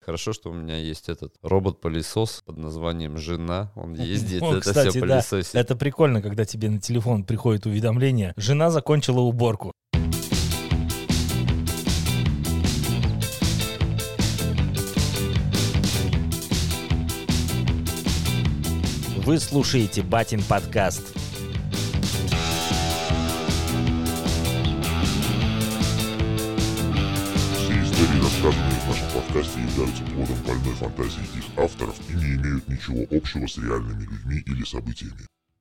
Хорошо, что у меня есть этот робот-пылесос под названием «Жена». Он ездит, Он, это кстати, все да. пылесосит. Это прикольно, когда тебе на телефон приходит уведомление. Жена закончила уборку. Вы слушаете Батин подкаст. Все истории, рассказанные в нашем подкасте, являются плодом больной фантазии их авторов и не имеют ничего общего с реальными людьми или событиями.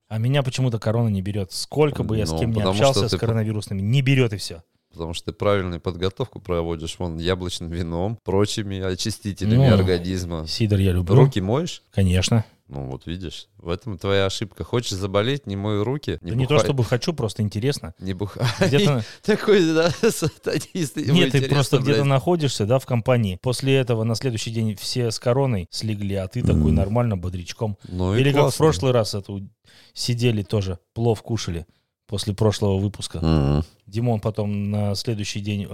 А меня почему-то корона не берет. Сколько бы я с Ну, кем не потому общался что с ты- коронавирусными, не берет и все. Потому что ты правильную подготовку проводишь, вон, яблочным вином, прочими очистителями Ну, организма. Сидор я люблю. Руки моешь? Конечно. Ну вот видишь, в этом твоя ошибка. Хочешь заболеть, не мой руки. да не то бухай- чтобы хочу, просто интересно. Не бухай. Где-то... Такой, да, сатанист. ему Нет, ты интересно, просто где-то блядь. находишься, да, в компании. После этого на следующий день все с короной слегли, а ты такой нормально, бодрячком. Ну и Или как в классно. прошлый раз это у- сидели тоже, плов кушали после прошлого выпуска. Мгм. Димон потом на следующий день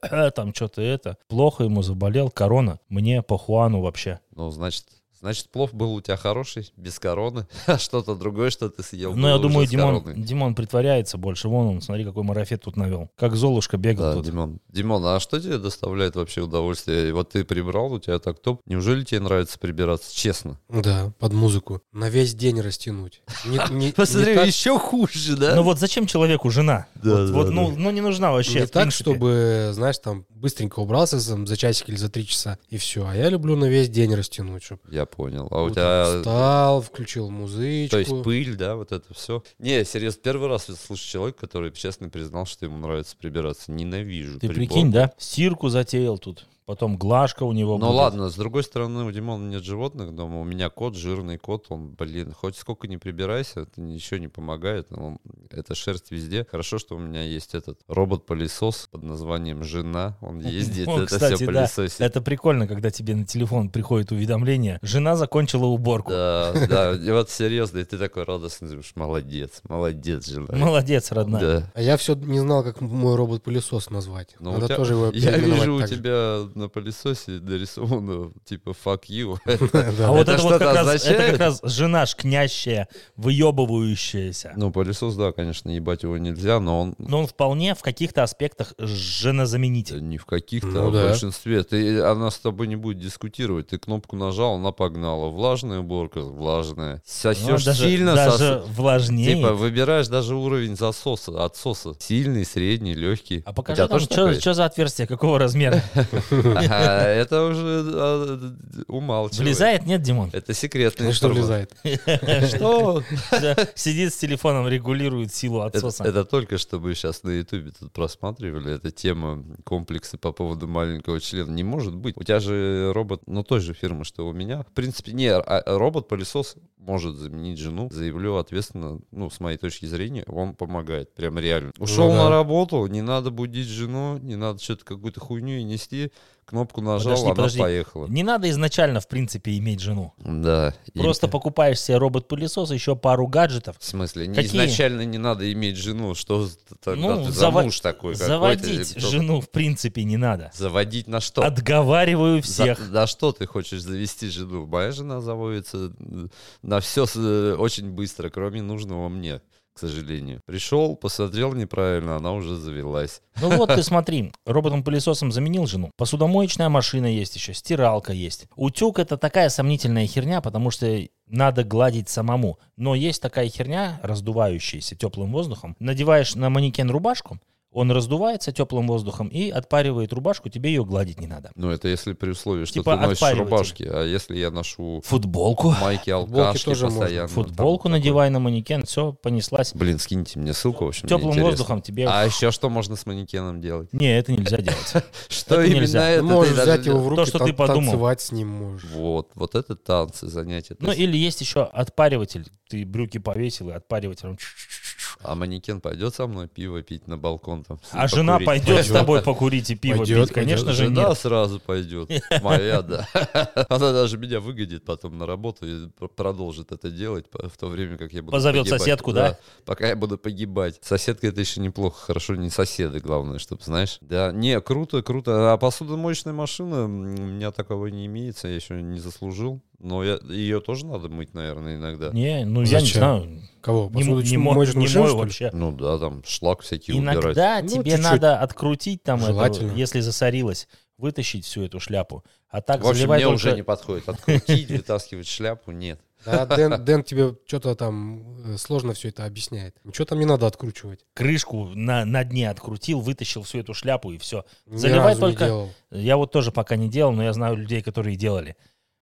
«Э, там что-то это. Плохо ему заболел, корона. Мне по Хуану вообще. Ну, значит, значит, плов был у тебя хороший, без короны, а что-то другое, что ты съел. Но Ну, я было уже думаю, с Димон, короной. Димон притворяется больше. Вон он, смотри, какой марафет тут навел. Как Золушка бегал Да, тут. Димон. Димон, а что тебе доставляет вообще удовольствие? И Вот ты прибрал, у тебя так топ. Неужели тебе нравится прибираться? Честно. Да, под музыку. На весь день растянуть. Не- не- Посмотри, не так- еще хуже, да? Ну вот зачем человеку жена? Да, вот, да, вот, да. Ну, ну не нужна вообще. не в так, принципе. чтобы, знаешь, там быстренько убрался за, за часик или за три часа, и все. А я люблю на весь день растянуть, чтобы Я понял. А у тебя... встал, включил музычку. То есть пыль, да, вот это все. Не, серьезно, первый раз я слышу человека, который честно признал, что ему нравится прибираться. Ненавижу. Ты прибор. прикинь, да? Стирку затеял тут. Потом глажка у него Ну будет. ладно, с другой стороны, у Димона нет животных дома, у меня кот, жирный кот, он, блин, хоть сколько не прибирайся, это ничего не помогает, он- это шерсть везде. Хорошо, что у меня есть этот робот-пылесос под названием «Жена», он ездит, Ну, это кстати, все да. пылесосит. Это прикольно, когда тебе на телефон приходит уведомление. Жена закончила уборку. Да, да, и вот серьезно, и ты такой радостный, думаешь, молодец, молодец, жена. Молодец, родная. Да. А я все не знал, как мой робот-пылесос назвать. Ну, у Надо тебя- тоже его Я вижу переименовать у так же. тебя на пылесосе нарисовано, типа, fuck you. А Ну, вот Это это, вот что-то как раз, означает? это как раз жена шкнящая, выебывающаяся. Ну, пылесос, да, конечно, ебать его нельзя, но он Но он вполне в каких-то аспектах Да женозаменитель. Не в каких-то, Ну а в да. большинстве. Ты, она с тобой не будет дискутировать. Ты кнопку нажал, она погнала. Влажная уборка, влажная. Сосешь даже, сильно, даже сос- влажнее. Типа выбираешь даже уровень засоса, отсоса. Сильный, средний, легкий. а покажи там, такое что, есть? за отверстие, какого размера? А, Это уже а, умалчивает. Влезает? Нет, Димон? Это секретный Ну, что влезает? Что? Сидит с телефоном, регулирует силу Это, отсоса. это только что мы сейчас на Ютубе тут просматривали. Это тема комплекса по поводу маленького члена. Не может быть. У тебя же робот, ну той же фирмы, что у меня. В принципе, не, а робот-пылесос может заменить жену. Заявлю ответственно, ну, с моей точки зрения, он помогает. Прям реально. Ну Ушел да. на работу, не надо будить жену, не надо что-то какую-то хуйню и нести. Кнопку нажал, Подожди, она подожди. поехала. Не надо изначально, в принципе, иметь жену. Да. и- Просто покупаешь себе робот-пылесос, еще пару гаджетов. В смысле? не- Какие? Изначально не надо иметь жену. Что за- тогда Ну, ты за зава- муж такой? какой-то, э, или Заводить кто-то? жену, в принципе, не надо. Заводить на что? Отговариваю За- всех. На, что ты хочешь завести жену? Моя жена заводится э, на все очень быстро, кроме нужного мне, к сожалению. Пришел, посмотрел неправильно, она уже завелась. Ну вот ты смотри, роботом-пылесосом заменил жену. Посудомоечная машина есть еще, стиралка есть. Утюг это такая сомнительная херня, потому что надо гладить самому. Но есть такая херня, раздувающаяся теплым воздухом. Надеваешь на манекен рубашку, он раздувается теплым воздухом и отпаривает рубашку, тебе ее гладить не надо. Ну, это если при условии, что Типа ты носишь отпариватель. рубашки. А если я ношу Футболку. майки, алкашки тоже можно. постоянно. там Футболку такое. надевай на манекен, все, понеслась. Блин, скиньте мне ссылку, в общем, мне Теплым интересно. воздухом тебе... А еще что можно с манекеном делать? Не, это нельзя делать. Что Это именно нельзя. это? Ты ты Ну, можешь даже взять его делаешь? в руки, То, что ты тан- подумал. танцевать с ним можешь. Вот, вот это танцы, занятия. То Ну есть или есть еще отпариватель. Ты брюки повесил и отпаривателем чш-чш-чш А манекен пойдет со мной пиво пить на балкон там. А жена покурить? пойдет с тобой покурить и пиво Пойдет, пить? Конечно пойдет. же Жена нет. сразу пойдет. Моя, да. Она даже меня выгодит потом на работу и пр- продолжит это делать по- в то время, как я буду Позовет погибать. соседку, да? Пока я буду погибать. Соседка это еще неплохо, хорошо, не соседы, главное, чтобы, знаешь. Да, не, круто, круто. А посудомоечная машина, м, у меня такого не имеется, я еще не заслужил. Но я, ее тоже надо мыть, наверное, иногда. Не, ну я не Зачем? знаю. Кого? Не, мо- не, Посудочную мо- моечную не машину, мою что ли? вообще. Ну да, там шлак всякий убирать. Иногда Ну, тебе чуть-чуть. надо открутить там, эту, Желательно. если засорилось, вытащить всю эту шляпу. А так В общем, заливай мне только... уже не подходит. Открутить, вытаскивать шляпу, нет. Да, Дэн, Дэн тебе что-то там э, сложно все это объясняет. Ничего там не надо откручивать. крышку на, на дне открутил, вытащил всю эту шляпу и все. Ни Заливай разу не только- делал. Я вот тоже пока не делал, но я знаю людей, которые делали.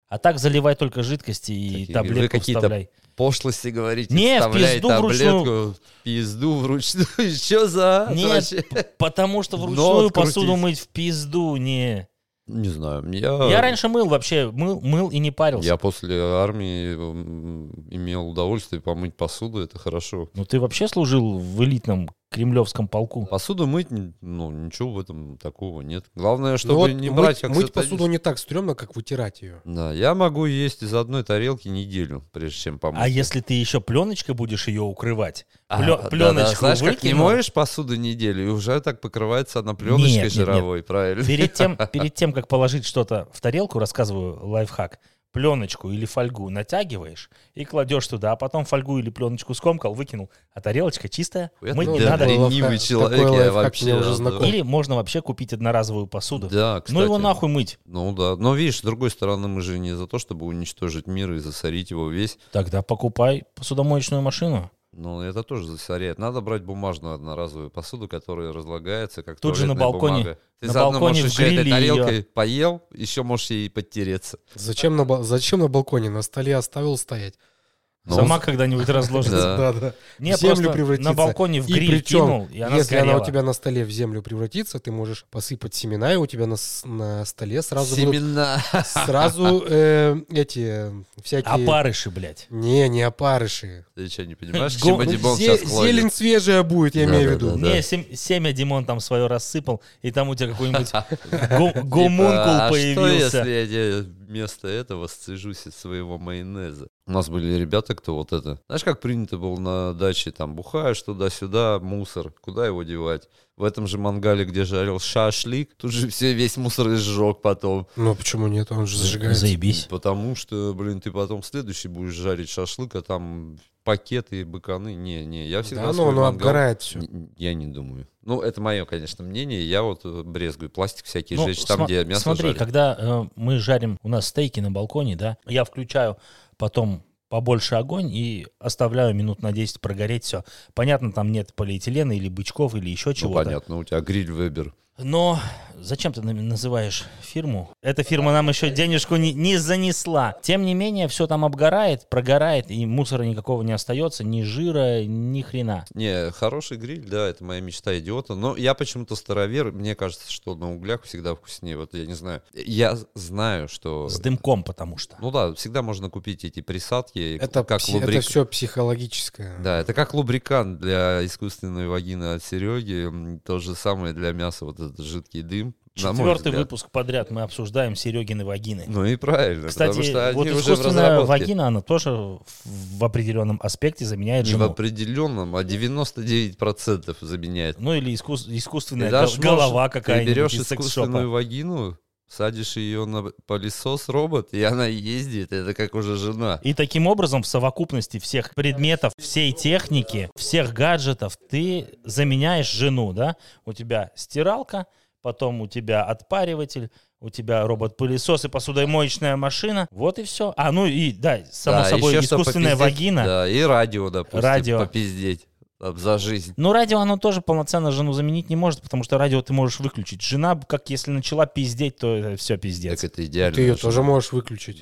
А так заливай только жидкости и Такие, вы таблетку какие-то вставляй. пошлости говорите, Не, в вставляй пизду таблетку, вручную. в пизду вручную. Что за? ад Нет. вообще? Потому что Дно вручную открутить. посуду мыть в пизду не. Не знаю, я... Я раньше мыл вообще, мыл, мыл и не парился. Я после армии м, имел удовольствие помыть посуду, это хорошо. Ну ты вообще служил в элитном кремлевском полку. Посуду мыть, н- ну, ничего в этом такого нет. Главное, чтобы Ну вот не мыть- брать как мыть сатанист. посуду не так стрёмно, как вытирать ее. Да, я могу есть из одной тарелки неделю, прежде чем помыть. А если ты еще пленочкой будешь ее укрывать? А, плё- да-да, пленочку Знаешь, как не выкинул? моешь посуду неделю, и уже так покрывается она пленочкой Нет, нет, нет. жировой, правильно? Перед тем, перед тем, как положить что-то в тарелку, рассказываю лайфхак. Пленочку или фольгу натягиваешь и кладешь туда, а потом фольгу или пленочку скомкал, выкинул, а тарелочка чистая, Это мыть не да, надо. было. ленивый Такой человек, я лайфхак вообще... мне уже да. знаком. Или можно вообще купить одноразовую посуду. Да, кстати. ну его нахуй мыть. Ну да. Но видишь, с другой стороны, мы же не за то, чтобы уничтожить мир и засорить его весь. Тогда покупай посудомоечную машину. Но это тоже засоряет. Надо брать бумажную одноразовую посуду, которая разлагается, как Тут же на туалетная балконе- бумага. Ты на заодно балконе можешь в еще этой гриле тарелкой поел, еще можешь ей подтереться. Зачем на, ба- зачем на балконе? На столе оставил стоять. Ну, Сама когда-нибудь разложится. Да. да. Не, В землю просто превратится. на балконе в И гриль причем, кинул, и она Если она сгорела. у тебя на столе в землю превратится, ты можешь посыпать семена, и у тебя на, с- на столе сразу будут Семена. сразу э, эти э, всякие... Опарыши, А блядь. Не, не опарыши. Ты что, не понимаешь, к Го- чему ну, Димон зе- сейчас клонит? Зелень свежая будет, я Да, имею в да, виду. да. Не, сем- семя Димон там свое рассыпал, и там у тебя какой-нибудь гу- Типа, гомункул а появился. что, если я вместо этого сцежусь из своего майонеза? У нас были ребята, кто вот это... Знаешь, как принято было на даче, там, бухаешь туда-сюда, мусор, куда его девать? В этом же мангале, где жарил шашлик, тут же все, весь мусор и сжег потом. Ну, почему нет? Он же зажигается. Заебись. Потому что, блин, ты потом следующий будешь жарить шашлык, а там пакеты и быканы. Не-не, я всегда Да, ну, свой оно мангал- обгорает все. Н- Я не думаю. Ну, это мое, конечно, мнение. Я вот э, брезгую пластик всякий Ну, жечь там, сма- где мясо смотри, жарят. когда э, мы жарим, у нас стейки на балконе, да, я включаю потом побольше огонь и оставляю минут на 10 прогореть все. Понятно, там нет полиэтилена или бычков или еще Ну, чего-то. понятно, у тебя гриль выбер. Но зачем ты нами- называешь фирму? Эта фирма нам еще денежку не, не занесла. Тем не менее, все там обгорает, прогорает, и мусора никакого не остается, ни жира, ни хрена. Не, хороший гриль, да, это моя мечта идиота. Но я почему-то старовер, мне кажется, что на углях всегда вкуснее. Вот я не знаю. Я знаю, что... С дымком, потому что. Ну да, всегда можно купить эти присадки, Это, как пси- это лубрик- все психологическое. Да, это как лубрикант для искусственной вагины от Сереги. М, То же самое для мяса, вот этот жидкий дым. на мой Четвертый взгляд. выпуск подряд мы обсуждаем Серегины вагины. Ну и правильно, Кстати, потому что они вот уже в искусственная разработке. вагина, она тоже в в определенном аспекте заменяет Не в жену. определенном, а 99% заменяет. Ну или искус- искусственная Ты гол- даже голова можешь- Ты какая-нибудь берешь из искусственную секс-шопа. вагину, садишь ее на пылесос-робот, и она ездит. Это как уже жена. И таким образом в совокупности всех предметов, всей техники, всех гаджетов ты заменяешь жену, да? У тебя стиралка, потом у тебя отпариватель, у тебя робот-пылесос и посудомоечная машина. Вот и все. А, ну и, да, само Да, собой, еще что, искусственная попиздеть? вагина. Да, и радио, допустим, Радио. попиздеть там, за жизнь. Ну, радио оно тоже полноценно жену заменить не может, потому что радио ты можешь выключить. Жена, как если начала пиздеть, то все пиздец. Так это идеально. Ты ее жена. тоже можешь выключить.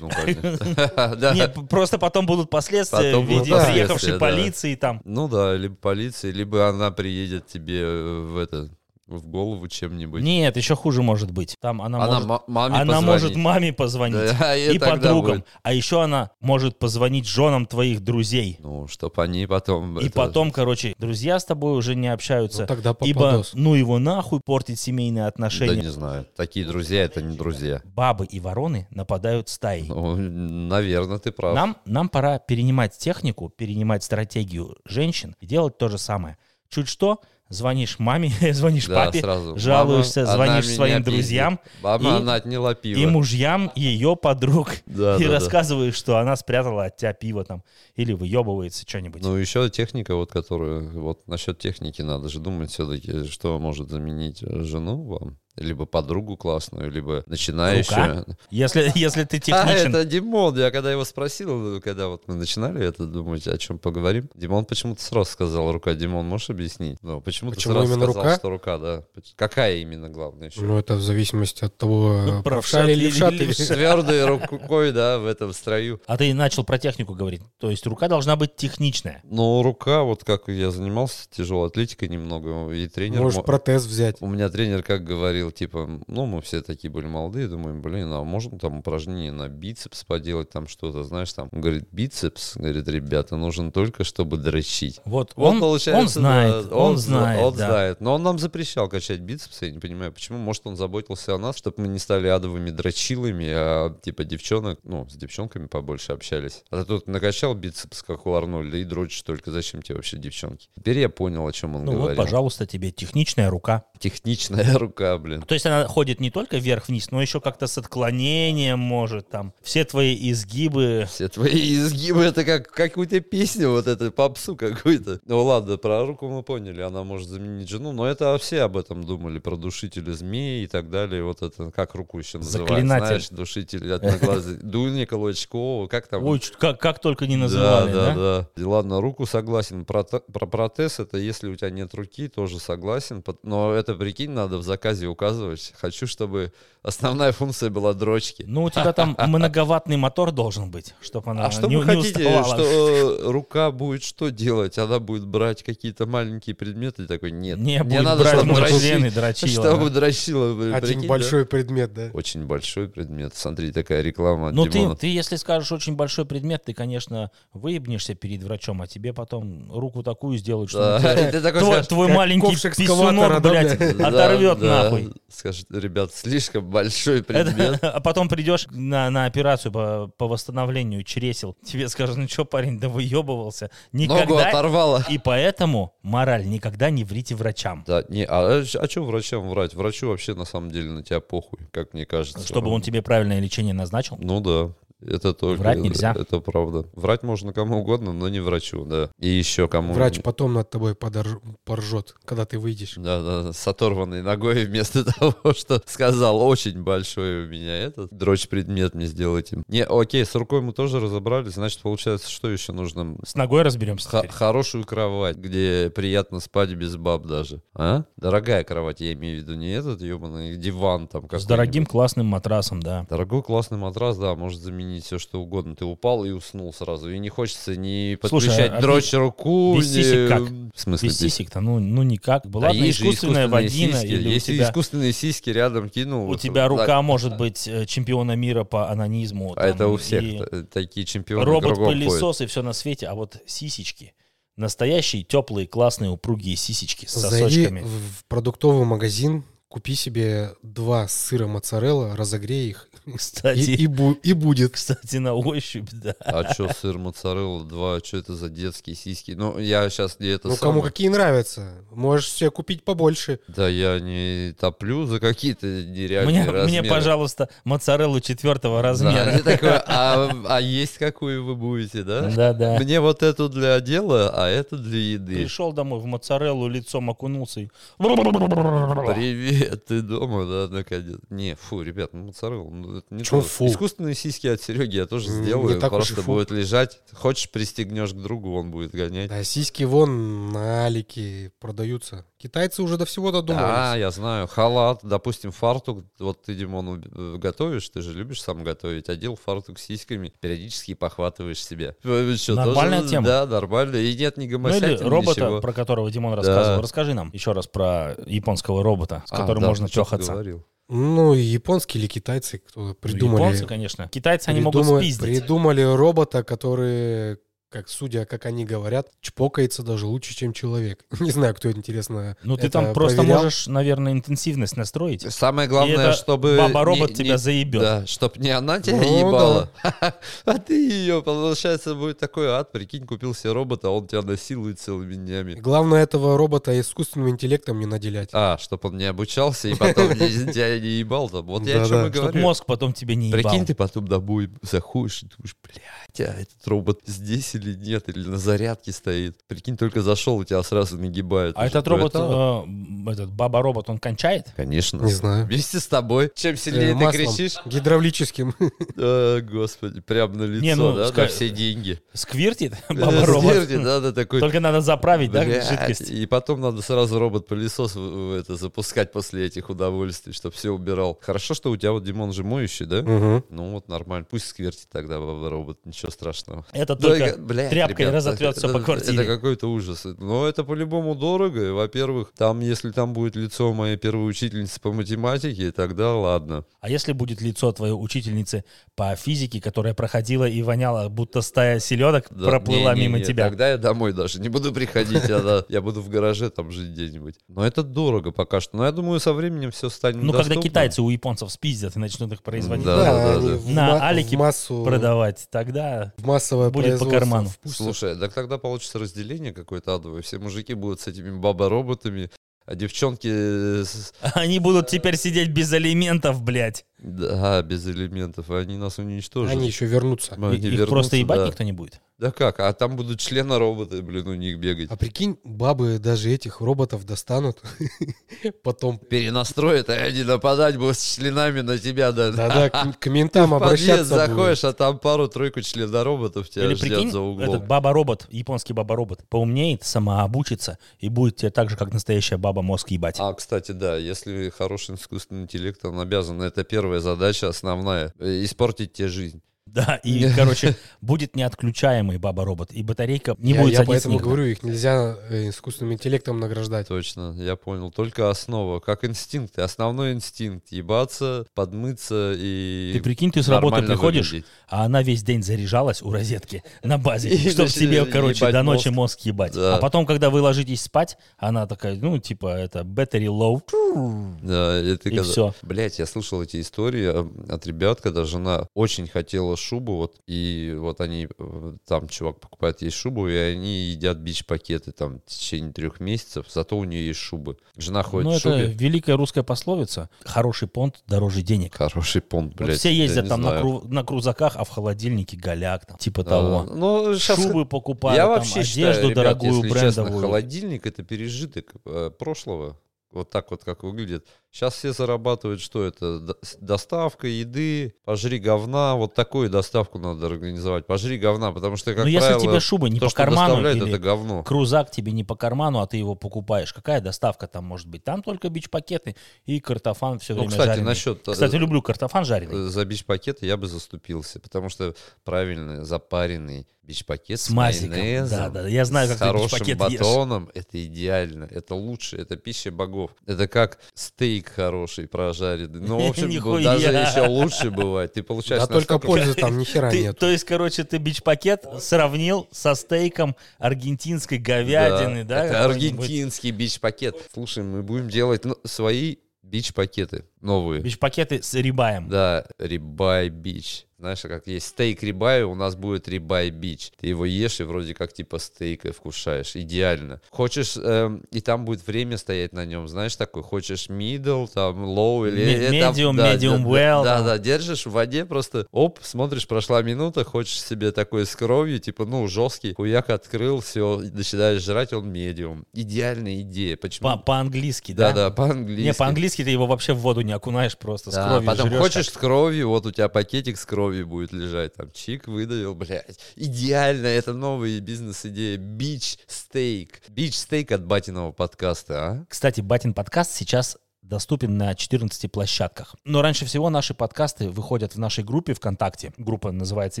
Ну, конечно. Да. Нет, п- просто потом будут последствия Потом в виде будут приехавшей последствия, да. полиции там. Ну да, либо полиция, либо она приедет тебе э, в это в голову чем-нибудь. Нет, еще хуже может быть. Там она, она может, ма- маме она может позвонить. маме позвонить. Да, И тогда подругам. будет. А еще она может позвонить женам твоих друзей. Ну, чтоб они потом... И это- потом, короче, друзья с тобой уже не общаются. Ну, тогда ибо попадос. ну его нахуй портить семейные Да отношения. не знаю. Такие друзья — это не друзья. Бабы и вороны нападают стаей. Ну, наверное, ты прав. Нам, нам пора перенимать технику, перенимать стратегию женщин и делать то же самое. Чуть что, звонишь маме, звонишь Да, папе, сразу. жалуешься, Мама, она звонишь меня своим пиздит. друзьям Мама, и- она отняла пиво. и мужьям ее подруг. Да, и да, да. рассказываешь, что она спрятала от тебя пиво там или выебывается что-нибудь. Ну, еще техника, вот которую, вот насчет техники надо же думать все-таки, что может заменить э, жену вам, либо подругу классную, либо начинающую. Если, если ты А, техничен. это Димон, я когда его спросил, когда вот мы начинали это думать, о чем поговорим, Димон почему-то сразу сказал рука. Димон, можешь объяснить? Ну, почему, Почему ты сразу именно сказал, рука? что рука, да? Поч- Какая именно главная еще? Ну, это в зависимости от того, Ну, правша э, правша или или левша ты. левша. Твердой рукой, да, в этом строю. А ты начал про технику говорить. То есть рука должна быть техничная. Ну, рука, вот как я занимался тяжелой атлетикой немного, и тренер... Можешь мо- протез взять. У меня тренер как говорил, типа, ну, мы все такие были молодые, думаем, блин, а можно там упражнение на бицепс поделать, там что-то, знаешь, там, он говорит, бицепс, говорит, ребята, нужен только, чтобы дрочить. Вот Он, он, получается, он знает, да, он, зна- знает, он да. знает. Но он нам запрещал качать бицепсы, я не понимаю, почему. Может, он заботился о нас, чтобы мы не стали адовыми дрочилами, а типа девчонок, ну, с девчонками побольше общались. А ты тут накачал бицепс, как у Арнольда, и дрочишь только. Зачем тебе вообще девчонки? Теперь я понял, о чем он Ну вот, говорил. пожалуйста, тебе техничная рука. Техничная рука, блин. То есть она ходит не только вверх-вниз, но еще как-то с отклонением может там. Все твои изгибы. Все твои изгибы, это как какую-то песню, вот эту попсу какую-то. Ну ладно, про руку мы поняли, она может заменить жену, но это все об этом думали, про душители змеи и так далее, вот это, как руку еще называют, Заклинатель. знаешь, душитель одноглазый, Дуня Колочкова, как там? Ой, чё- как, как только не называли, да? да, да. Ладно, руку согласен. Про, та- про протез это если у тебя нет руки, тоже согласен. Пот- Но это, прикинь, надо в заказе указывать. Хочу, чтобы основная функция была дрочки. Ну, у тебя там многоватный мотор должен быть, чтобы она А что не, вы не хотите, уставала. что э, рука будет что делать? Она будет брать какие-то маленькие предметы? И Такой, нет, мне Не, будет надо, брать чтобы мой дрочила. член и дрочила, Чтобы да. дрочила, блин, прикинь, Один да? большой предмет, да. Очень большой предмет. Смотри, такая реклама от Ну, ты, Димона. ты, если скажешь очень большой предмет, ты, конечно, выебнешься перед врачом, а тебе потом руку такую сделают, что Да, на тебя- ты такой твой, скажешь, твой как маленький ковш экскаватора, писюнок, да, блядь, «Да, оторвет да». нахуй. Скажет, ребят, слишком большой Это- предмет. а потом придешь на, на операцию по, по восстановлению чресел. Тебе скажут, ну что, парень, да выебывался. Ногу Никогда. оторвала. И поэтому мораль никогда не врите врачам. Да, не, а, а что врачам врать? Врачу вообще на самом деле на тебя похуй, как мне кажется. Чтобы он тебе правильное лечение назначил. Ну да. Это только... Врать нельзя. Это правда. Врать можно кому угодно, но не врачу, да. И еще кому... Врач потом над тобой подорж- поржет, когда ты выйдешь. Да, да, с оторванной ногой вместо того, что сказал, очень большой у меня этот дрочь предмет мне сделайте. Не, окей, с рукой мы тоже разобрались, значит, получается, что еще нужно? С ногой разберемся. Х- теперь. хорошую кровать, где приятно спать без баб даже. А? Дорогая кровать, я имею в виду не этот ебаный диван там С какой-нибудь. дорогим классным матрасом, да. Дорогой классный матрас, да, может заменить все что угодно. Ты упал и уснул сразу. И не хочется ни Слушай, подключать а дрочь руку, без ни- сисек как? В смысле Без сисек-то, ну, ну никак. Да Была бы есть же искусственная вагина, сиськи. или у Если тебя, искусственные сиськи рядом кинул... у вот тебя так. рука может быть э, чемпиона мира по анонизму. А это там, у всех и та- такие чемпионы кругом ходят. Робот-пылесос и все на свете, а вот сисечки. Настоящие, теплые, классные, упругие сисечки с Зайди сосочками. в в продуктовый магазин, купи себе два сыра моцарелла, разогрей их, и, Кстати, и бу- и будет. кстати, на ощупь, да. А что сыр моцарелла 2, что это за детские сиськи? Ну, я сейчас не это Ну, самое. кому какие нравятся. Можешь себе купить побольше. Да я не топлю за какие-то нереальные Мне, мне, размеры. пожалуйста, моцареллу четвертого Да, размера. я такой, а, а есть какую вы будете, да? Да, да. Мне вот эту для дела, а это для еды. Пришел домой в моцареллу, лицом окунулся и... Ну, Привет, ты дома, да, наконец. Не, фу, ребят, ну моцарелла, ну, это не Чё то. фу? Искусственные сиськи от Сереги я тоже М, не сделаю, так уж и просто фу. будет лежать. Э. Хочешь, пристегнешь к другу, он будет гонять. Да, сиськи вон на алике продаются. Китайцы уже до всего Да, додумались. я знаю. Халат, допустим, фартук. Вот ты, Димон, э, готовишь, ты же любишь сам готовить. Одел фартук с сиськами, периодически похватываешь себе. Э, чё, тоже- Нормальная тема. Да, нормально. И нет ни Ну или гомосятин, робота, ничего. про которого Димон рассказывал. Да. Расскажи нам еще раз про японского робота, с А, которым да, можно ты что-то чохаться. говорил. Ну, и японские или китайцы, кто Ну, придумали. Японцы, конечно. Китайцы они могут придумали- спиздить. Придумали робота, который, как судя, как они говорят, чпокается даже лучше, чем человек. Не знаю, кто, интересно, Ну ты это там просто проверял. можешь, наверное, интенсивность настроить. Самое главное, это чтобы... баба-робот не- тебя не- заебет. Да, чтоб не она тебя Ну, ебала. А ты ее, получается, будет такой ад. Прикинь, купил себе робота, а он тебя насилует целыми днями. Главное этого робота искусственным интеллектом не наделять. А, чтоб он не обучался и потом не- тебя не ебал там. Вот я о чем и Да-да. Чтоб говорю. мозг потом тебе не ебал. Прикинь, ты потом домой заходишь и думаешь, блядь, а этот робот здесь или нет, или на зарядке стоит. Прикинь, только зашел, у тебя сразу нагибает. а Уже этот робот, это- э, этот баба-робот, он кончает? Конечно. Не знаю. Вместе с тобой. Э, Чем сильнее ты Э, Маслом кричишь, Гидравлическим. а, господи, прям на лицо, Не, ну, да, ска- на все деньги. Сквиртит Э, баба-робот? сдержки, да, да, такой. Только надо заправить, да, «Блядь». жидкость? И потом надо сразу робот-пылесос в- в это запускать после этих удовольствий, чтобы все убирал. Хорошо, что у тебя вот Димон же моющий, да? Мгм. Ну вот нормально, пусть сквертит тогда баба робот, ничего страшного. Это Да, только и, блядь, тряпкой ребята, разотрет все это- по Это квартире. какой-то ужас. Но это по-любому дорого. И, Во-первых, там, если там будет лицо моей первой учительницы по математике, тогда ладно. А если будет лицо твоей учительницы по физике, которая проходила и воняла, будто стая селедок Да, проплыла не, не, мимо не, тебя? Тогда я домой даже не буду приходить, она- я буду в гараже там жить где-нибудь. Но это дорого пока что. Но я думаю, со временем все станет Ну, когда доступно. китайцы у японцев спиздят и начнут их производить, Да, да, они да. в На ма- в Алике массу, продавать, тогда в массовое будет по производство карману. впустят. Слушай, так тогда получится разделение какое-то адовое. Все мужики будут с этими баба-роботами, а девчонки э, с- они будут теперь сидеть без алиментов, блядь. Да, без элементов. и Они нас уничтожат. Они еще вернутся. Они И- их вернутся, просто ебать да. никто не будет. Да как? А там будут члены роботы, блин, у них бегать. А прикинь, бабы даже этих роботов достанут. Потом, Перенастроят, а они нападать будут с членами на тебя, да. да-да, к- к Ты ментам в подъезд обращаться будут. заходишь, а там пару-тройку члена-роботов тебя Или ждят прикинь, за углом. этот баба-робот, японский баба-робот, поумнеет, самообучится и будет тебе так же, как настоящая баба, мозг ебать. А, кстати, да, если хороший искусственный интеллект, он обязан. Это первая задача, основная. э, Испортить тебе жизнь. Да, и, короче, будет неотключаемый баба-робот, и батарейка не Я- будет Я садиться поэтому никуда. говорю, их нельзя э, искусственным интеллектом награждать. Точно, я понял. Только основа, как инстинкты. Основной инстинкт — ебаться, подмыться и... Ты прикинь, ты с работы нормально приходишь, выглядеть. а она весь день заряжалась у розетки на базе, И чтобы начинает себе, короче, ебать до ночи мозг. мозг ебать. Да. А потом, когда вы ложитесь спать, она такая, ну, типа, это, battery low. Да, и ты И всё. Блять, я слышал эти истории э, от ребят, когда жена очень хотела шубу, вот, и вот они, э, там чувак покупает ей шубу, и они едят бич-пакеты там в течение трех месяцев, зато у нее есть шубы. Жена ходит Ну, в это шубе. великая русская пословица. Хороший понт дороже денег. Хороший понт, Вот блядь. все я ездят не там на, знаю. кру- на крузаках, а в холодильнике голяк, там, типа А, того. Ну, щас- Шубы покупают, я там, вообще одежду считаю, ребят, дорогую, если честно, брендовую. холодильник — это пережиток э, прошлого. Вот так вот, как выглядит. Сейчас все зарабатывают, что это? До- с- Доставка еды, пожри говна. Вот такую доставку надо организовать. Пожри говна, потому что, как Но Ну, если правило, тебе шуба не то, по что карману доставляют, или это говно. крузак тебе не по карману, а ты его покупаешь, какая доставка там может быть? Там только бич-пакеты и картофан все Ну, время кстати, жареный. насчет... э, Кстати, люблю картофан жареный. э, За бич-пакеты я бы заступился, потому что правильно запаренный бич-пакет С мазиком, майонезом, да-да, я знаю, как с ты хорошим бич-пакет ешь. батоном, это идеально, это лучше, это пища богов. Это как стейк хороший прожаренный, ну, в общем, бу- Нихуя. даже еще лучше бывает. Ты получаешь Да только настолько- пользы там ни хера Ты- нет. то есть, короче, ты бич-пакет сравнил со стейком аргентинской говядины, да? это какой-нибудь? аргентинский бич-пакет. Слушай, мы будем делать ну, свои бич-пакеты новые. Бич-пакеты с рибаем. Да, рибай бич. Знаешь, как есть стейк рибай, у нас будет рибай бич. Ты его ешь и вроде как типа стейка вкушаешь. Идеально. Хочешь, эм, и там будет время стоять на нем, знаешь, такой, хочешь middle, там, low или... Ме- э, там, medium, да, medium да, well, Да, там. да, держишь в воде просто, оп, смотришь, прошла минута, хочешь себе такой с кровью, типа, ну, жесткий, хуяк открыл, все, начинаешь жрать, он медиум. Идеальная идея. Почему? По- По-английски, да? да, да, по-английски. Не, по-английски ты его вообще в воду не окунаешь, просто с Да, кровью потом жрёшь а? хочешь так. с кровью, вот у тебя пакетик с кровью, крови будет лежать. Там чик выдавил, блядь. Идеально, это новая бизнес-идея. Бич-стейк. Бич-стейк от батиного подкаста, а? Кстати, Батин подкаст сейчас доступен на 14 площадках. Но раньше всего наши подкасты выходят в нашей группе ВКонтакте. Группа называется,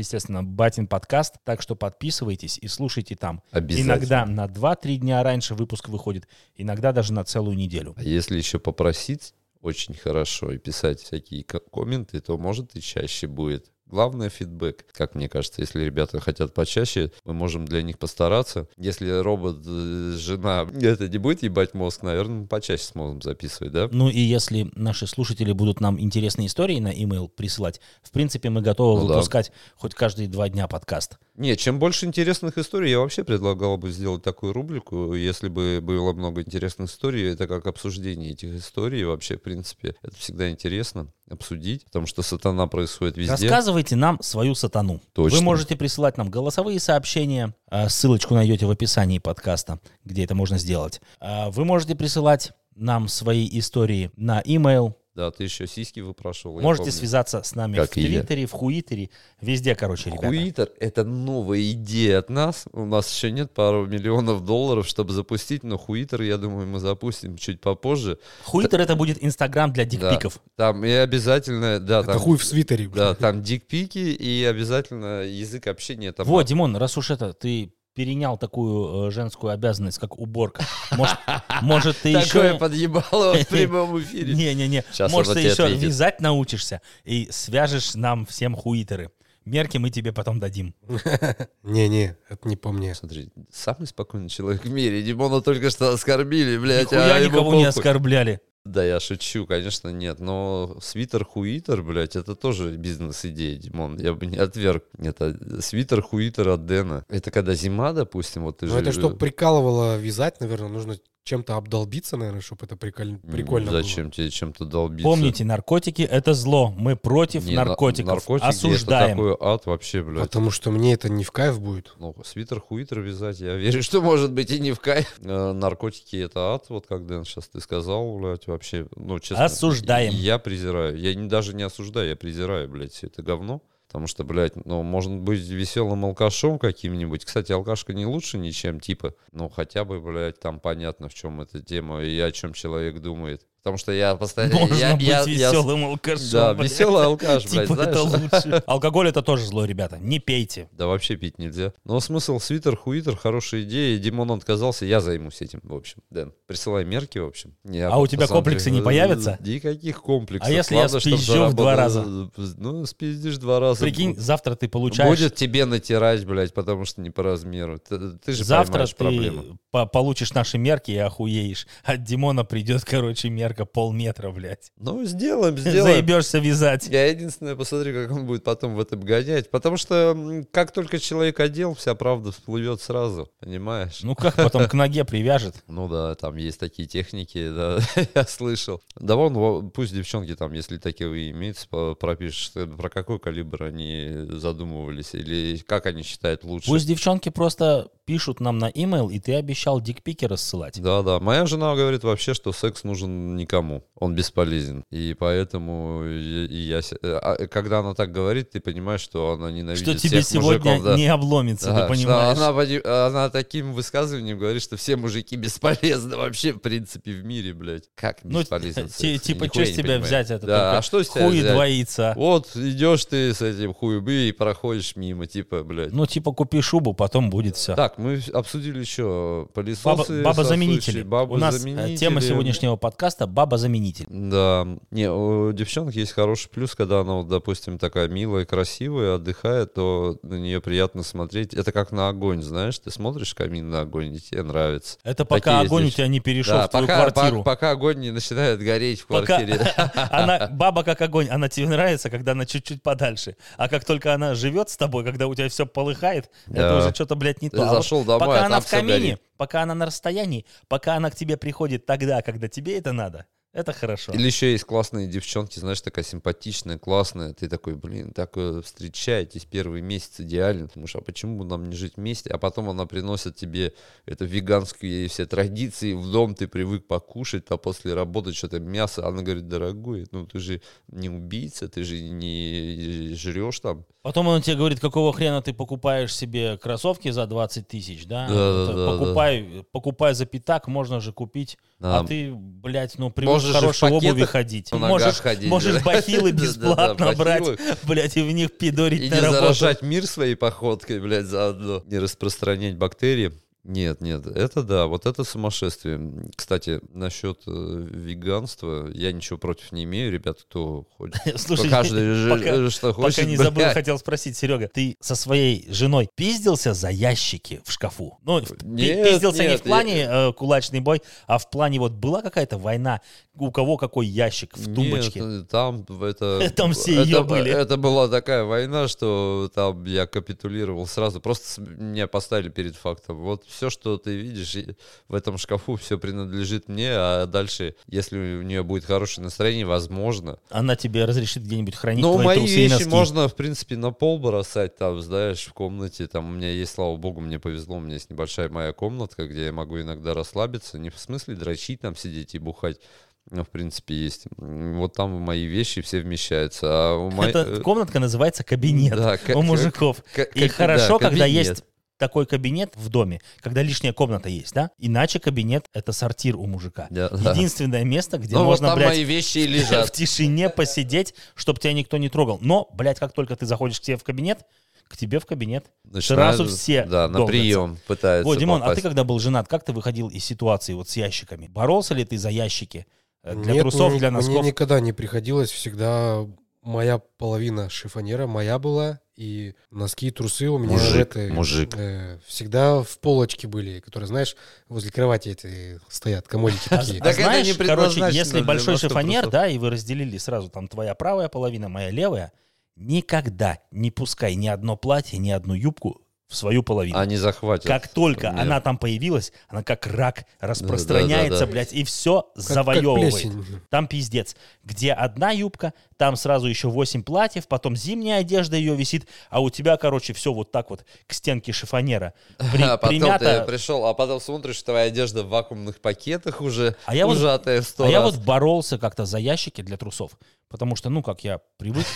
естественно, Батин подкаст, так что подписывайтесь и слушайте там. Обязательно. Иногда на 2-3 дня раньше выпуск выходит, иногда даже на целую неделю. А если еще попросить очень хорошо и писать всякие ко- комменты, то, может, и чаще будет. Главное — фидбэк. Как мне кажется, если ребята хотят почаще, мы можем для них постараться. Если робот, э, жена, это не будет ебать мозг, наверное, мы почаще сможем записывать, да? Ну и если наши слушатели будут нам интересные истории на e присылать, в принципе, мы готовы Ну да. выпускать хоть каждые два дня подкаст. Не, чем больше интересных историй, я вообще предлагал бы сделать такую рубрику, если бы было много интересных историй, это как обсуждение этих историй вообще, в принципе, это всегда интересно обсудить, потому что сатана происходит везде. Рассказывайте нам свою сатану. Точно. Вы можете присылать нам голосовые сообщения. а, Ссылочку найдете в описании подкаста, где это можно сделать. А, Вы можете присылать нам свои истории на e-mail. Да, ты еще сиськи выпрашивал. я Можете помню. связаться с нами Как в и я. Твиттере, в Хуитере, везде, короче, ребята. Хуитер — это новая идея от нас. У нас еще нет пару миллионов долларов, чтобы запустить, но Хуитер, я думаю, мы запустим чуть попозже. Хуитер это будет Инстаграм для дикпиков. Там и обязательно... Да, Это там, хуй в свитере. Да, там дикпики и обязательно язык общения. Там Во, Димон, раз уж это ты перенял такую э, женскую обязанность, как уборка. Может, может ты Такое еще... подъебало в прямом эфире. Не-не-не, Щас может, она ты тебе еще ответит. вязать научишься и свяжешь нам всем хуитеры. Мерки мы тебе потом дадим. Не-не, это не по мне. Смотри, самый спокойный человек в мире. Димона только что оскорбили, блядь. Нихуя а ему никого не похуй. оскорбляли. Да, я шучу, конечно, нет. Но свитер-хуитер, блядь, это тоже бизнес-идея, Димон. Я бы не отверг. Это свитер-хуитер от Дэна. Это когда зима, допустим, вот ты Ну же... это что прикалывало вязать, наверное, нужно чем-то обдолбиться, наверное, чтобы это приколь- М, прикольно было. Ну, Зачем тебе чем-то долбиться? Помните, наркотики — это зло. Мы против Не, на- наркотиков. наркотики Осуждаем. Это такой ад вообще, блядь. Потому что мне это не в кайф будет. Ну, свитер-хуитер вязать, я верю, что может быть и не в кайф. Э, Наркотики — это ад, вот как, Дэн, сейчас ты сказал, блядь, вообще, ну, честно. Осуждаем. Я презираю, я не, даже не осуждаю, я презираю, блядь, все это говно. Потому что, блядь, ну, можно быть веселым алкашом каким-нибудь. Кстати, алкашка не лучше ничем, типа, ну, хотя бы, блядь, там понятно, в чем эта тема и о чем человек думает. Потому что я постоянно... Можно я, быть я- я- веселым алкашом. Да, блядь. веселый алкаш, блядь, Типа это знаешь? лучше. Алкоголь — это тоже зло, ребята. Не пейте. Да вообще пить нельзя. Но смысл свитер, хуитер, хорошая идея. Димон отказался, я займусь этим, в общем. Дэн, присылай мерки, в общем. Я А у тебя посмотрю. комплексы не появятся? э, Никаких комплексов. А если я чтоб спизжу в два заработал- Ну, спиздишь два раза. Прикинь, Бу- завтра ты получаешь... Будет тебе натирать, блядь, потому что не по размеру. Ты, ты же Завтра поймаешь ты проблему. по- получишь наши мерки и охуеешь. От Димона придет, короче, мерка полметра, блядь. Ну, сделаем, сделаем. Заебешься вязать. Я единственное посмотрю, как он будет потом в этом гонять. Потому что м, как только человек одел, вся правда всплывет сразу. Понимаешь? Ну как потом к ноге привяжет? Ну да, там есть такие техники, да, я слышал. Да вон, во- пусть девчонки там, если такие имеются, по- пропишут, э, про какой калибр они задумывались, или как они считают лучше. Пусть девчонки просто пишут нам на имейл, и ты обещал дикпики рассылать. Да-да, моя жена говорит вообще, что секс нужен никому, он бесполезен, и поэтому и, и я... се- э, а, э, когда она так говорит, ты понимаешь, что она ненавидит Что тебе всех сегодня мужиков, да. не обломится, Да, ты что понимаешь? она, пони- она таким высказыванием говорит, что все мужики бесполезны вообще, в принципе, в мире, блядь. Как Ну, бесполезен ти- секс? типа, Я что нихуя с не тебя понимаю. взять? Это да, только а что с тебя Хуй взять? двоится. Вот, идешь ты с этим хуйбы и проходишь мимо, типа, блядь. Ну типа купи шубу, потом будет все. Так, мы обсудили еще Баба, пылесосы, баба-заменители. баба У нас э, тема сегодняшнего подкаста «Баба-заменитель». Да, не, у девчонок есть хороший плюс, когда она, вот, допустим, такая милая, красивая, отдыхает, то на нее приятно смотреть. Это как на огонь, знаешь, ты смотришь в камин на огонь, и тебе нравится. Это пока Такие огонь здесь. у тебя не перешел Да, в твою пока, квартиру. по- пока огонь не начинает гореть в Пока- квартире. Она, баба как огонь, она тебе нравится, когда она чуть-чуть подальше. А как только она живет с тобой, когда у тебя все полыхает, это Да. уже что-то, блядь, не Ты то. А вот зашел домой, пока а она там в всё камине, горит. пока она на расстоянии, пока она к тебе приходит тогда, когда тебе это надо, Это хорошо. Или еще есть классные девчонки, знаешь, такая симпатичная, классная. Ты такой, блин, так э, встречаетесь первый месяц идеально. Потому что, а почему бы нам не жить вместе? А потом она приносит тебе это веганские все традиции. В дом ты привык покушать, а после работы что-то мясо. Она говорит, дорогой, ну ты же не убийца, ты же не жрешь там. Потом он тебе говорит, какого хрена ты покупаешь себе кроссовки за 20 тысяч, да? Да-да-да-да. Это покупай, покупай за пятак, можно же купить. Да. А ты, блядь, ну привык Можешь в же в хорошей обуви пакетах ходить. на ногах можешь ходить, можешь да. бахилы Да-да-да, бесплатно брать, бахилы. блядь, и в них И пидорить не на работу. заражать мир своей походкой, блядь, заодно. Не распространять бактерии. Нет, нет, это да, вот это сумасшествие. М, Кстати, насчет э, веганства, я ничего против не имею, ребят, кто хочет. Слушай, Каждый же- пока- э, что хочет. Пока не забыл, блядь. хотел спросить, Серега, ты со своей женой пиздился за ящики в шкафу? Ну, в- пи- Нет, пиздился не нет, в плане э, кулачный бой, а в плане вот была какая-то война, у кого какой ящик в тумбочке? Нет, э, там в это... Там все это- её были. Это была такая война, что там я капитулировал сразу. Просто с- меня поставили перед фактом. Вот все, что ты видишь и в этом шкафу, все принадлежит мне, а дальше, если у нее будет хорошее настроение, возможно. Она тебе разрешит где-нибудь хранить Ну, твои мои трусы и вещи носки. можно, в принципе, на пол бросать, там, знаешь, в комнате. Там у меня есть, слава богу, мне повезло, у меня есть небольшая моя комнатка, где я могу иногда расслабиться. Не в смысле дрочить там, сидеть и бухать. Ну, в принципе, есть. М, Вот там мои вещи все вмещаются. А у моей- Эта э, комнатка называется кабинет да, ка- у мужиков. ка- ка- И ка- хорошо, да, когда кабинет. есть такой кабинет в доме, когда лишняя комната есть, да? Иначе кабинет — это сортир у мужика. Да, да. Единственное место, где Ну, вот можно, там блядь, мои вещи и в лежат. тишине посидеть, чтобы тебя никто не трогал. Но, блядь, как только ты заходишь к себе в кабинет, к тебе в кабинет. Начинают- сразу все Да, на долбятся. прием пытаются Вот, Димон, а ты попасть. когда был женат, как ты выходил из ситуации вот с ящиками? Боролся ли ты за ящики? Э, Для Нет, трусов, мне- для Мне носков? никогда не приходилось, всегда моя половина шифонера моя была, и носки, и трусы у меня Мужик, в этой, мужик. э, всегда в полочке были, которые, знаешь, возле кровати эти стоят, комодики А- такие. а Так это знаешь, не короче, предназначено если для большой носков, шифонер, трусов. да, и вы разделили сразу, там твоя правая половина, моя левая, никогда не пускай ни одно платье, ни одну юбку в свою половину. Они захватят. Как только Нет. она там появилась, она как рак распространяется, Да-да-да. блядь, и все Как- завоевывает. Как плесень. Там пиздец. Где одна юбка, там сразу еще 8 платьев, потом зимняя одежда ее висит, а у тебя, короче, все вот так вот к стенке шифонера при- а потом примято. ты пришел, а потом смотришь, твоя одежда в вакуумных пакетах уже А я вот- ужатая в сто А я раз. вот боролся как-то за ящики для трусов, потому что, ну, как я привык,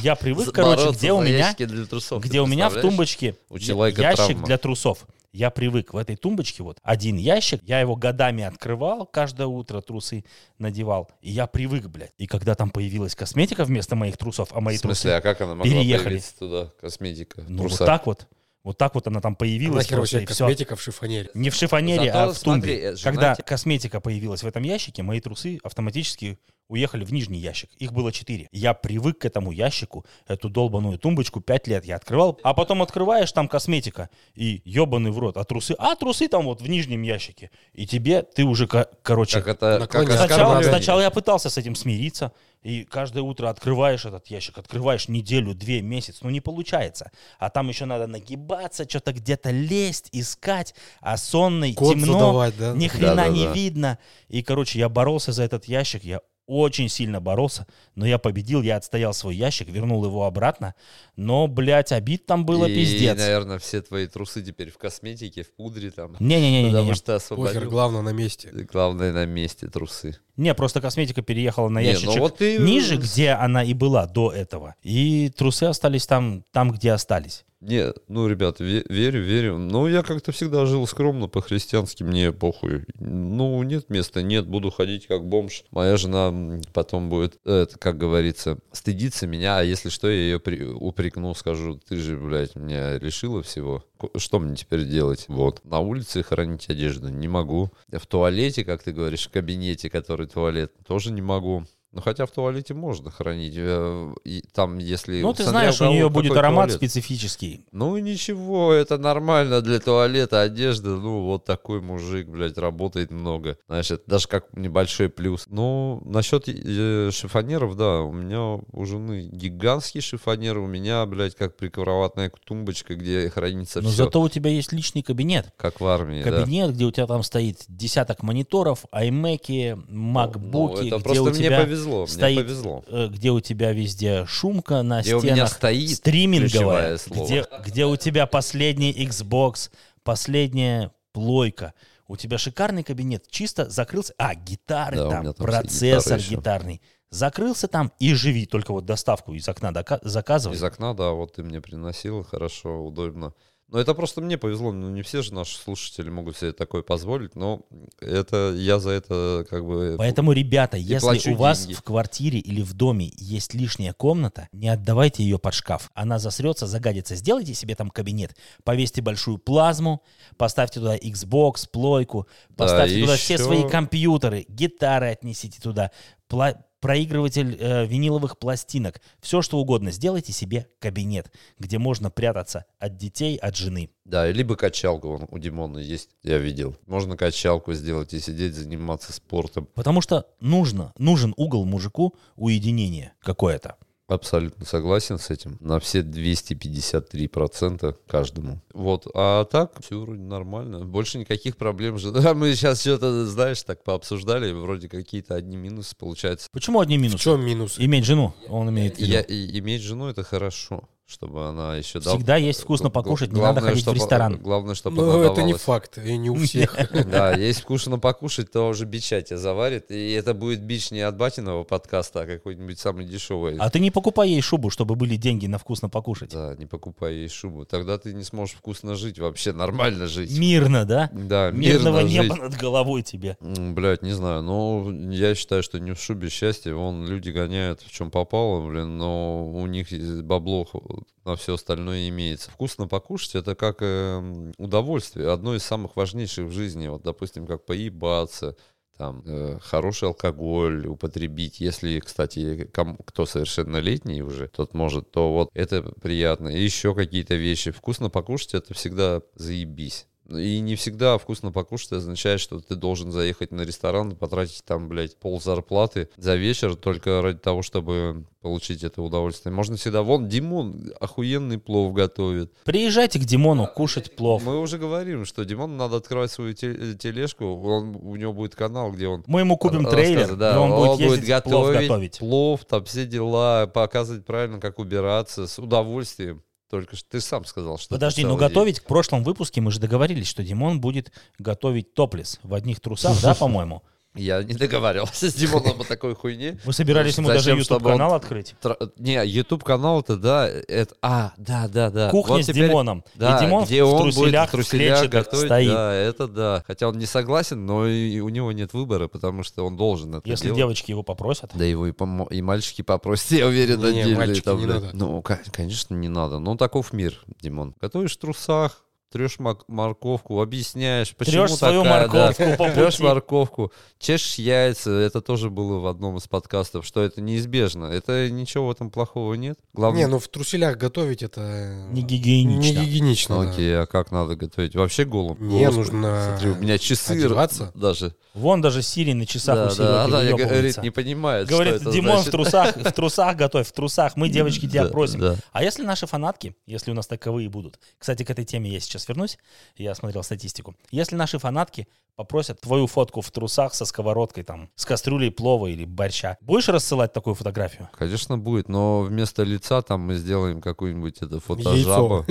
я привык, короче, Бороться где у за меня, ящики для трусов, где ты у меня в представляешь? тумбочке У я- человека ящик травма. для трусов. Я привык в этой тумбочке вот один ящик, я его годами открывал, каждое утро трусы надевал, и я привык, блядь. И когда там появилась косметика вместо моих трусов, а мои В смысле, трусы а как она могла переехали. появиться туда? Косметика, Ну, труса. вот так вот. Вот так вот она там появилась. А Нахер просто, вообще и всё. косметика в шифонере. Не в шифонере, Зато, а в тумбе. смотри, э, жена Когда те- косметика появилась в этом ящике, мои трусы автоматически уехали в нижний ящик. Их было четыре. Я привык к этому ящику, эту долбаную тумбочку пять лет я открывал. А потом открываешь, там косметика, и ебаный в рот. А трусы? А трусы там вот в нижнем ящике. И тебе, ты уже, ко- короче, Как это, как Наклоняется. Ну, Сначала, оскорбление. сначала я пытался с этим смириться, и каждое утро открываешь этот ящик, открываешь неделю, две, месяц, ну не получается. А там еще надо нагибаться, что-то где-то лезть, искать, а сонный, Код темно, задавать, да? ни хрена Да-да-да. не видно. И, короче, я боролся за этот ящик, я очень сильно боролся, но я победил, я отстоял свой ящик, вернул его обратно, но, блядь, обид там было И, пиздец. наверное, все твои трусы теперь в косметике, в пудре там. Не-не-не-не. Потому что Похер, освободил. главное на месте. Главное на месте трусы. Не, просто косметика переехала на Не, ну ящичек вот ты- ниже, где она и была до этого. И трусы остались там, там где остались. Не, ну, ребят, ве- верю, верю. Ну, я как-то всегда жил скромно, по-христиански, мне похуй. Ну, нет места, нет, буду ходить как бомж. Моя жена м, потом будет, э, это, как говорится, стыдиться меня, а если что, я ее при- упрекну, скажу, ты же, блядь, меня лишила всего. Ко- Что мне теперь делать? Вот, на улице хранить одежду не могу. В туалете, как ты говоришь, в кабинете, который туалет, тоже не могу. Ну хотя в туалете можно хранить. э, и там, если... Ну, ты смотря знаешь, у кого нее какой будет аромат туалет. специфический. Ну ничего, это нормально для туалета, одежды. Ну вот такой мужик, блядь, работает много. Знаешь, это даже как небольшой плюс. Ну, насчет э, шифонеров, да, у меня у жены гигантский шифонер, у меня, блядь, как прикроватная тумбочка, где хранится Но все. зато у тебя есть личный кабинет. Как в армии, да. Ну, Кабинет, где у тебя там стоит десяток мониторов, аймеки, Ну, макбуки, это где просто у мне тебя, повезло, стоит мне повезло. э, где у тебя везде шумка на Где у стенах, меня стоит стриминговая, ключевое слово. Где, где у тебя последний Xbox, последняя плойка. У тебя шикарный кабинет, чисто закрылся. А, гитары Да, у там, меня там все процессор гитары еще. гитарный. Закрылся там и живи, только вот доставку из окна дока- заказывай. Из окна, да, вот ты мне приносил, хорошо, удобно. Но это просто мне повезло, ну не все же наши слушатели могут себе такое позволить, но это я за это как бы... Поэтому, ребята, если плачу у вас деньги. в квартире или в доме есть лишняя комната, не отдавайте ее под шкаф. Она засрется, загадится. Сделайте себе там кабинет, повесьте большую плазму, поставьте туда Xbox, плойку, Да, поставьте и туда все ещё- свои компьютеры, гитары отнесите туда, пла- проигрыватель э, виниловых пластинок, все что угодно. Сделайте себе кабинет, где можно прятаться от детей, от жены. Да, либо качалку, вон, у Димона есть, я видел. Можно качалку сделать и сидеть, заниматься спортом. Потому что нужно, нужен угол мужику уединения какое-то. Абсолютно согласен с этим. На все 253% каждому. Вот, а так все вроде нормально. Больше никаких проблем же. Да, мы сейчас что-то, знаешь, так пообсуждали, вроде какие-то одни минусы получаются. Почему одни В минусы? чем минус? Иметь жену, он имеет в виду. Я, и- иметь жену это хорошо, чтобы она еще дав- Всегда есть вкусно Гла- покушать, не главное, надо ходить в чтобы- ресторан. Главное, чтобы Ну, она это не давалась. факт, и не у всех. Да, если вкусно покушать, то уже бича тебя заварит. И это будет бич не от батиного подкаста, а какой-нибудь самый дешевый. А ты не покупай ей шубу, чтобы были деньги на вкусно покушать. Да, не покупай ей шубу. Тогда ты не сможешь вкусно жить, вообще нормально жить. Мирно, да? Да, Мирного мирно жить. неба над головой тебе. М, Блядь, не знаю, но я считаю, что не в шубе счастье, вон люди гоняют в чем попало, блин, но у них и бабло х- на все остальное имеется. Вкусно покушать это как эм, удовольствие, одно из самых важнейших в жизни, вот, допустим, как поебаться, там, э, хороший алкоголь употребить, если, кстати, ком- кто совершеннолетний уже, тот может, то вот это приятно. И еще какие-то вещи. Вкусно покушать — это всегда заебись. И не всегда вкусно покушать означает, что ты должен заехать на ресторан, потратить там, блядь, пол зарплаты за вечер только ради того, чтобы получить это удовольствие. Можно всегда... Вон, Димон охуенный плов готовит. Приезжайте к Димону Ну, кушать плов. Мы уже говорим, что Димон надо открывать свою те- тележку, он, у него будет канал, где он Мы ему купим рассказы, трейлер, Э, да. и он будет ездить плов готовить. плов, там все дела, показывать правильно, как убираться, с удовольствием. Только что ты сам сказал, что... ты Подожди, но целый день. готовить к прошлом выпуске мы же договорились, что Димон будет готовить топлес в одних трусах, да, по-моему? Я не договаривался с Димоном о такой хуйне. Мы собирались ему даже Зачем, чтобы он- YouTube-канал открыть. Тр- Не, YouTube канал это да, это а, да, да, да. Кухня Вот с теперь- Димоном. Да, и Димон где в он будет труселях, в в труселях клетчатых готовить, стоит. да, это да. Хотя он не согласен, но и у него нет выбора, потому что он должен это Если делать. девочки его попросят. Да его и, помо- и мальчики попросят, я уверен, Не-не, отдельные мальчики там, не блядь. надо. Ну, ка- конечно, не надо. Но таков мир, Димон. Готовишь в трусах, трешь мак- морковку, объясняешь, почему Трешь свою такая, да. морковку по Трешь пути. морковку, чешешь яйца, это тоже было в одном из подкастов, что это неизбежно. Это ничего в этом плохого нет. Главное, Не, ну в труселях готовить это... Не гигиенично. Не гигиенично, да. Окей, а как надо готовить? Вообще голым? Не, Господи, нужно Смотри, у меня часы одеваться. даже. Вон даже Сири на часах да, у Сереги да, да, я выёбывается. говорит, не понимает, Говорит, что это Димон значит. в трусах, в трусах готовь, в трусах. Мы, девочки, тебя Да, просим. да. А если наши фанатки, если у нас таковые будут, кстати, к этой теме я сейчас вернусь, я смотрел статистику. Если наши фанатки попросят твою фотку в трусах со сковородкой, там, с кастрюлей плова или борща, будешь рассылать такую фотографию? Конечно, будет, но вместо лица там мы сделаем какую-нибудь это фотожабу,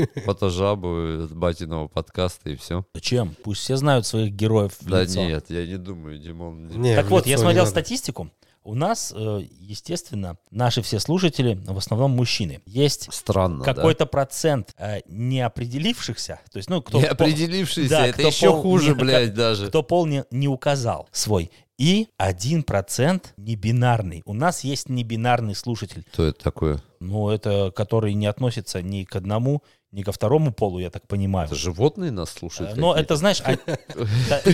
фотожабу от батиного подкаста и все. Зачем? Пусть все знают своих героев в Да лицо. нет, я не думаю, Димон. не- Не, Так в вот, я лицо не смотрел надо. статистику. У нас, э, естественно, наши все слушатели, в основном мужчины. Есть Странно, ну да? какой-то процент э, неопределившихся, то есть, ну, кто, Не определившийся, Да, это кто еще пол- хуже, не- блядь, даже. кто пол не, не указал свой. И 1% небинарный. У нас есть небинарный слушатель. Что это такое? Но это который не относится ни к одному, ни ко второму полу, я так понимаю. Это животные нас слушают? Э, Но какие-то? это, знаешь, а- та-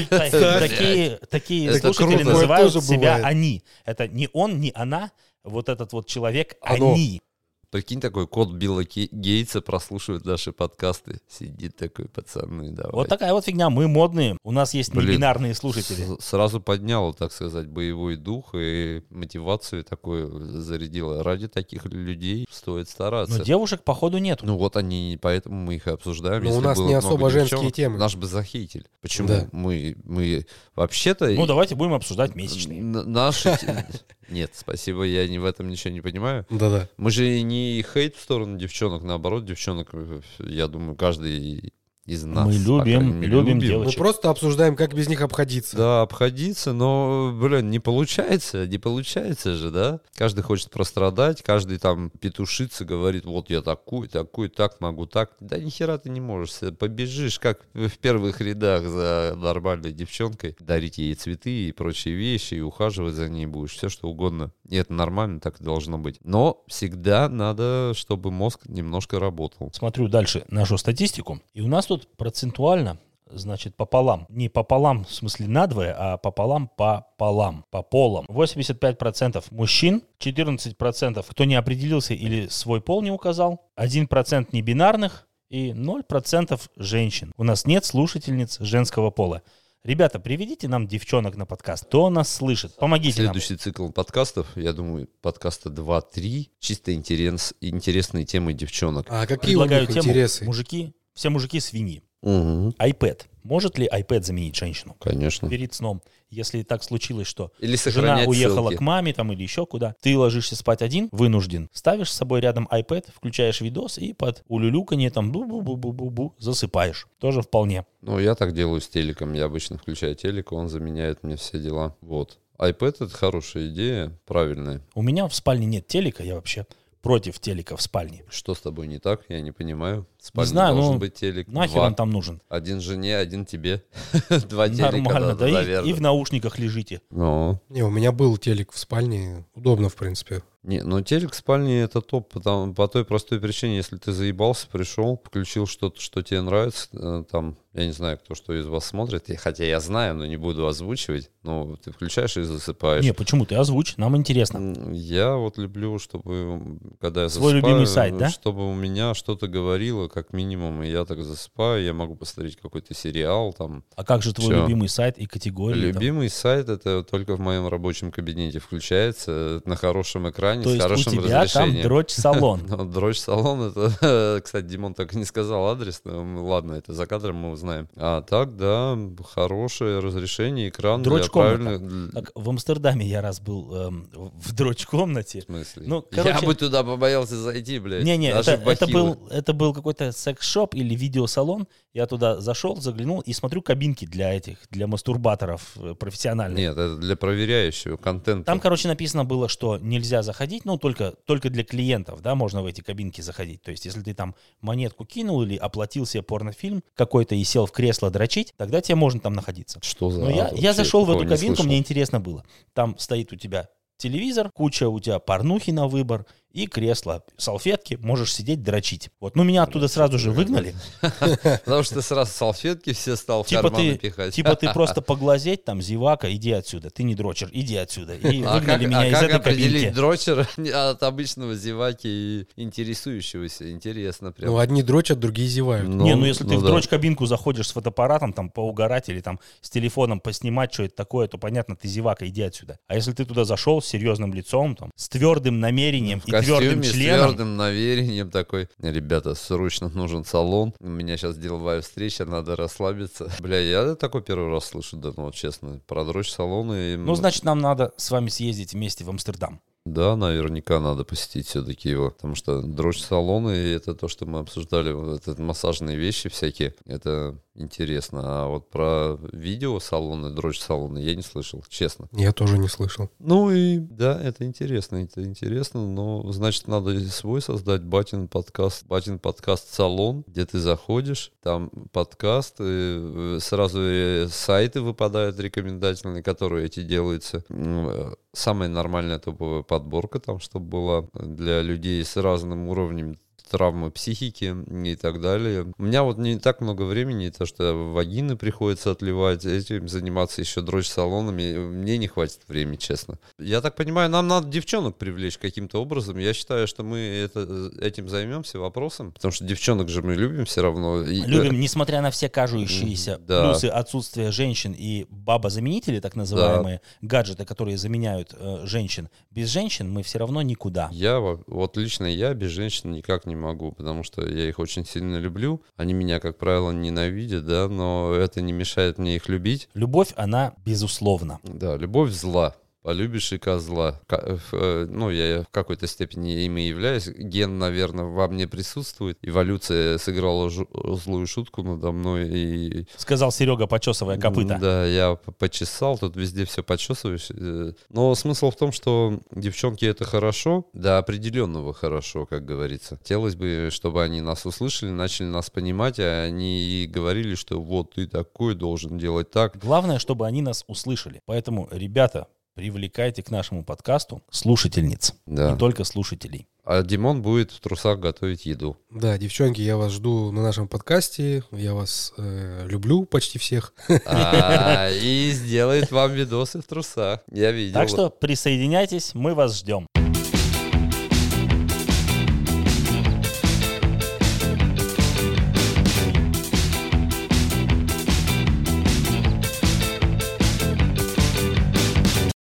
та- такие такие Это слушатели круто. называют Такое тоже себя бывает. они. Это не он, не она, вот этот вот человек Оно. они. Прикинь, такой кот Билла Ге- Гейтса прослушивает наши подкасты. Сидит такой, пацаны, давай. Вот такая вот фигня. Мы модные. У нас есть Блин. небинарные слушатели. С- сразу подняло, так сказать, боевой дух и мотивацию такую зарядило. Ради таких людей стоит стараться. Но девушек, походу, нет. Ну вот они, поэтому мы их и обсуждаем. Но у Если нас было не много особо девчонок, женские темы. Наш бы захейтель. Почему? Да. Мы, мы вообще-то... Ну, давайте будем обсуждать месячные. н- Наши... те- Нет, спасибо, я не в этом ничего не понимаю. Да-да. Мы же не хейт в сторону девчонок, наоборот, девчонок, э, я думаю, каждый из нас. Мы по любим- крайней мере, любим девочек. Мы просто обсуждаем, как без них обходиться. Да, обходиться, но, блин, не получается, не получается же, да? Каждый хочет прострадать, каждый там петушится, говорит, вот я такой, такой, так могу, так. Да нихера ты не можешь, э, побежишь, как в первых рядах за нормальной девчонкой, дарить ей цветы и прочие вещи, и ухаживать за ней будешь, все что угодно. И это нормально, так и должно быть. Но всегда надо, чтобы мозг немножко работал. Смотрю дальше нашу статистику. И у нас тут процентуально, значит, пополам. Не пополам, в смысле надвое, а пополам пополам, по полам. 85% мужчин, 14% кто не определился или свой пол не указал, 1% небинарных и 0% женщин. У нас нет слушательниц женского пола. Ребята, приведите нам девчонок на подкаст. Кто нас слышит? Помогите нам. Следующий цикл подкастов, я думаю, подкаста 2-3, чисто интерес, интересные темы девчонок. А какие у Предлагаю них тему интересы? мужики, все мужики свиньи. Угу. iPad. Может ли iPad заменить женщину? Конечно. перед сном, если так случилось, что Или жена сохранять уехала ссылки. к маме там или еще куда, ты ложишься спать один, вынужден, ставишь с собой рядом iPad, включаешь видос и под улюлюканье там бу-бу-бу-бу-бу-бу засыпаешь. Тоже вполне. Ну, я так делаю с телеком. Я обычно включаю телек, он заменяет мне все дела. Вот. iPad — это хорошая идея, правильная. У меня в спальне нет телека, я вообще против телека в спальне. Что с тобой не так, я не понимаю. В спальне знаю, должен ну, быть телек. Нахер Два. он там нужен? Один жене, один тебе. Два телека, Нормально, надо, да, и, наверное. и в наушниках лежите. Ну. Не, у меня был телек в спальне. Удобно, в принципе. Не, но телек в спальне это топ, потому, по той простой причине, если ты заебался, пришел, включил что-то, что тебе нравится, э, там, я не знаю, кто что из вас смотрит, и- хотя я знаю, но не буду озвучивать, но ты включаешь и засыпаешь. Не, почему ты озвучь? Нам интересно. М, Я вот люблю, чтобы, м, когда я Свой засыпаю, любимый сайт, да? чтобы у меня что-то говорило, как минимум, и я так засыпаю, я могу посмотреть какой-то сериал, там, А как же твой Всё. любимый сайт и категории? там? Любимый сайт это только в моем рабочем кабинете включается э, на хорошем экране То с есть у хорошим тебя там разрешением. дрочь-салон. Ну, дрочь салон это, кстати, Димон так и не сказал адрес, но м, ладно, это за кадром мы узнаем. А так, да, хорошее разрешение, экран для Дрочь-комната. правильных... Так, в Амстердаме я раз был эм, в дрочь-комнате. В смысле? Ну, короче- Я бы туда побоялся зайти, блядь. Не-не, это, даже в это бахилах. был, это был какой-то секс-шоп или видеосалон. Я туда зашел, заглянул и смотрю кабинки для этих, для мастурбаторов э, профессиональных. Нет, это для проверяющего контента. Там, короче, написано было, что нельзя заходить, ну, только, только для клиентов, да, можно в эти кабинки заходить. То есть, если ты там монетку кинул или оплатил себе порнофильм какой-то и сел в кресло дрочить, тогда тебе можно там находиться. Что за... Но Ну, я, ад я вообще? зашел в Такого эту не кабинку, слышал. мне интересно было. Там стоит у тебя телевизор, куча у тебя порнухи на выбор и кресло, салфетки, можешь сидеть дрочить. Вот, ну меня оттуда сразу же выгнали. Потому что ты сразу салфетки все стал в Типа карманы ты, пихать. типа ты просто поглазеть, там, зевака, иди отсюда, ты не дрочер, иди отсюда. И А как, выгнали меня а из как этой определить кабинки. дрочера от обычного зеваки и интересующегося? Интересно прям. Ну, одни дрочат, другие зевают. не, ну если ты в да. дрочь-кабинку заходишь с фотоаппаратом, там, поугарать или там с телефоном поснимать, что это такое, то понятно, ты зевака, иди отсюда. А если ты туда зашел с серьезным лицом, там, с твердым намерением В и костюме твердым с членом, твердым наверением такой. Ребята, срочно нужен салон. У меня сейчас деловая встреча, надо расслабиться. Бля, я такой первый раз слышу, да, ну вот честно, про дрочь салоны. и- Ну, значит, нам надо с вами съездить вместе в Амстердам. Да, наверняка надо посетить все-таки его, потому что дрочь салоны, и это то, что мы обсуждали, вот это массажные вещи всякие, это интересно. А вот про видео салоны, дрочь салоны я не слышал, честно. Я тоже не слышал. Ну и да, это интересно, это интересно, но значит надо и свой создать батин подкаст, батин подкаст салон, где ты заходишь, там подкаст, э, сразу э, сайты выпадают рекомендательные, которые эти делаются. М, э, Самая нормальная топовая подборка там, чтобы была э, для людей с разным уровнем травмы психики и так далее. У меня вот не так много времени, то что вагины приходится отливать, этим заниматься еще дрочь салонами, мне не хватит времени, честно. Я так понимаю, нам надо девчонок привлечь каким-то образом. Я считаю, что мы это, э, этим займемся вопросом, потому что девчонок же мы любим все равно. И- э, Любим, несмотря на все кажущиеся М, да. плюсы отсутствия женщин и баба-заменители, так называемые гаджеты, которые заменяют э, женщин, без женщин мы все равно никуда. Я во- вот лично я без женщин никак не могу, потому что я их очень сильно люблю. Они меня, как правило, ненавидят, да, но это не мешает мне их любить. Любовь, она безусловна. Да, любовь зла. Полюбишь и козла. Ка- э, ф- э, Ну, я в какой-то степени им и являюсь. Ген, наверное, во мне присутствует. Эволюция сыграла жу- злую шутку надо мной. И... Сказал Серега, почесывая копыта. Да, я п- почесал, тут везде все почесываешь. э. Но смысл в том, что девчонки это хорошо, до определенного хорошо, как говорится. Хотелось бы, чтобы они нас услышали, начали нас понимать, а они говорили, что вот ты такой должен делать так, Главное, чтобы они нас услышали. Поэтому, ребята, привлекайте к нашему подкасту слушательниц. Да. Не только слушателей. А Димон будет в трусах готовить еду. Да, девчонки, я вас жду на нашем подкасте. Я вас э, люблю почти всех. А, И сделает вам видосы в трусах. Я видел. Так что присоединяйтесь, мы вас ждем.